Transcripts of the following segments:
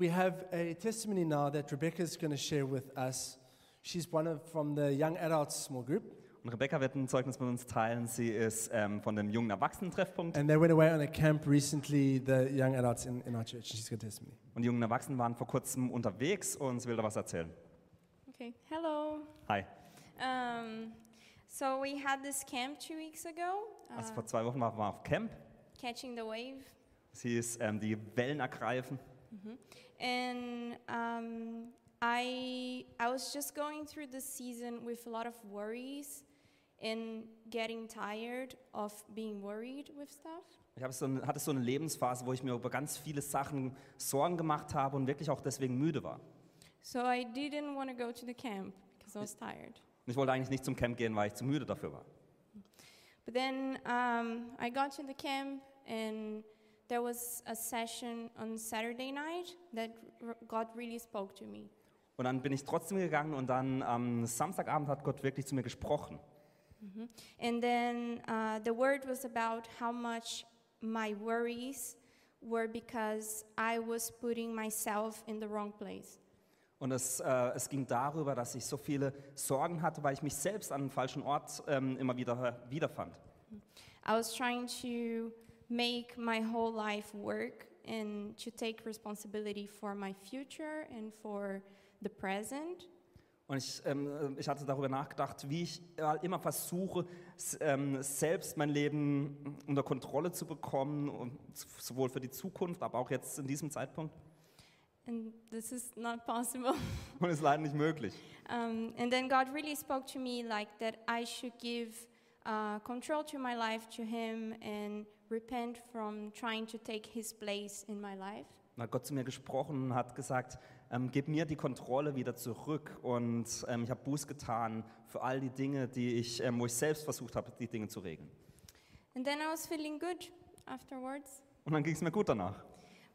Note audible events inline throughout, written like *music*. We have a testimony now that Rebecca is going to share with us. She's one of from the young adults small group, Und Rebecca wird ein Zeugnis mit uns teilen. Sie ist ähm, von dem jungen Erwachsenentreffpunkt. and they went away on a camp recently. The young adults in, in our church. She's got testimony. Und die jungen Erwachsenen waren vor kurzem unterwegs und sie will da was erzählen. Okay, hello. Hi. Um, so we had this camp two weeks ago, Also uh, vor zwei Wochen waren wir auf Camp. catching the wave, Sie ist ähm, die Wellen ergreifen. and um, I I was just going through this season with a lot of worries and getting tired of being worried with stuff. Ich hab so ein, hatte so eine Lebensphase, wo ich mir über ganz viele Sachen Sorgen gemacht habe und wirklich auch deswegen müde war. Und So I didn't want to go to the camp because I was tired. ich wollte eigentlich nicht zum Camp gehen, weil ich zu müde dafür war. But then um, I got to the camp, and there was a session on Saturday night that r- God really spoke to me. Und dann bin ich trotzdem gegangen und dann am Samstagabend hat Gott wirklich zu mir gesprochen. And then uh, the word was about how much my worries were because I was putting myself in the wrong place. Und es, äh, es ging darüber, dass ich so viele Sorgen hatte, weil ich mich selbst an einem falschen Ort ähm, immer wieder wiederfand. I was trying to make my whole life work and to take responsibility for my future and for the present. Und ich, ähm, ich hatte darüber nachgedacht, wie ich äh, immer versuche, s- ähm, selbst mein Leben unter Kontrolle zu bekommen, und s- sowohl für die Zukunft, aber auch jetzt in diesem Zeitpunkt. *laughs* And this is not possible. Und es ist leider nicht möglich. Um, and then God really spoke to me like that I should give uh, control to my life to Him and repent from trying to take His place in my life. Dann hat Gott zu mir gesprochen und hat gesagt, ähm, gib mir die Kontrolle wieder zurück. Und ähm, ich habe Buß getan für all die Dinge, die ich, ähm, wo ich selbst versucht habe, die Dinge zu regeln. And then I was feeling good afterwards. Und dann ging es mir gut danach.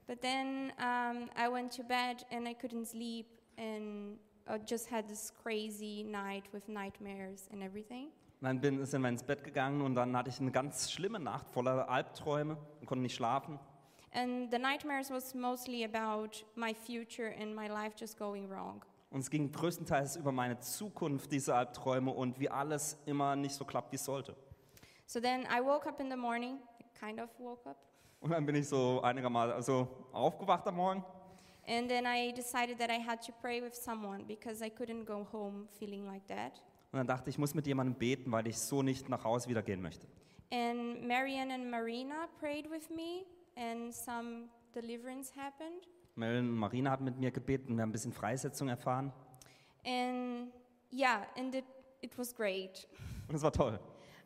But then um, I went to bed and I couldn't sleep and I just had this crazy night with nightmares and everything. Und dann bin, sind wir ins Bett gegangen und dann hatte ich eine ganz schlimme Nacht voller Albträume und konnte nicht schlafen. And the nightmares was mostly about my future and my life just going wrong. Und es ging größtenteils über meine Zukunft, diese Albträume und wie alles immer nicht so klappt, wie es sollte. So then I woke up in the morning, kind of woke up. Und dann bin ich so einigermaßen also aufgewacht am Morgen And then I decided that I had to pray with someone because I couldn't go home feeling like that. und dann dachte ich, ich muss mit jemandem beten, weil ich so nicht nach Hause wieder gehen möchte. And Marianne and Marina prayed with me, and some deliverance happened. Melvin und Marina haben mit mir gebeten, wir haben ein bisschen Freisetzung erfahren And yeah, and it, it was great. und es war toll.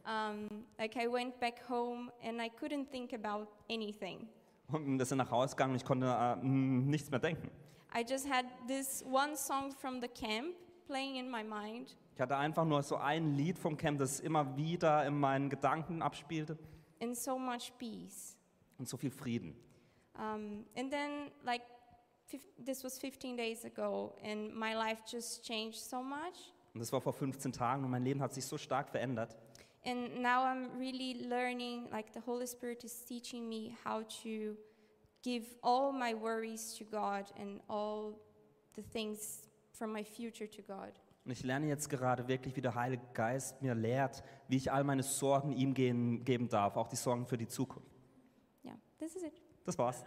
Um, like I went back home and I couldn't think about anything. Und wir sind nach Hause gegangen und ich konnte äh, m, nichts mehr denken. I just had this one song from the camp playing in my mind, Ich hatte einfach nur so ein Lied vom Camp, das immer wieder in meinen Gedanken abspielte and so much peace. und so viel Frieden. Um, and then, like, fif- this was 15 days ago, and my life just changed so much. Und das war vor 15 Tagen und mein Leben hat sich so stark verändert. And now I'm really learning, like, the Holy Spirit is teaching me how to give all my worries to God and all the things from my future to God. Und ich lerne jetzt gerade wirklich, wie der Heilige Geist mir lehrt, wie ich all meine Sorgen ihm gehen, geben darf, auch die Sorgen für die Zukunft. Yeah, this is it. Das war's.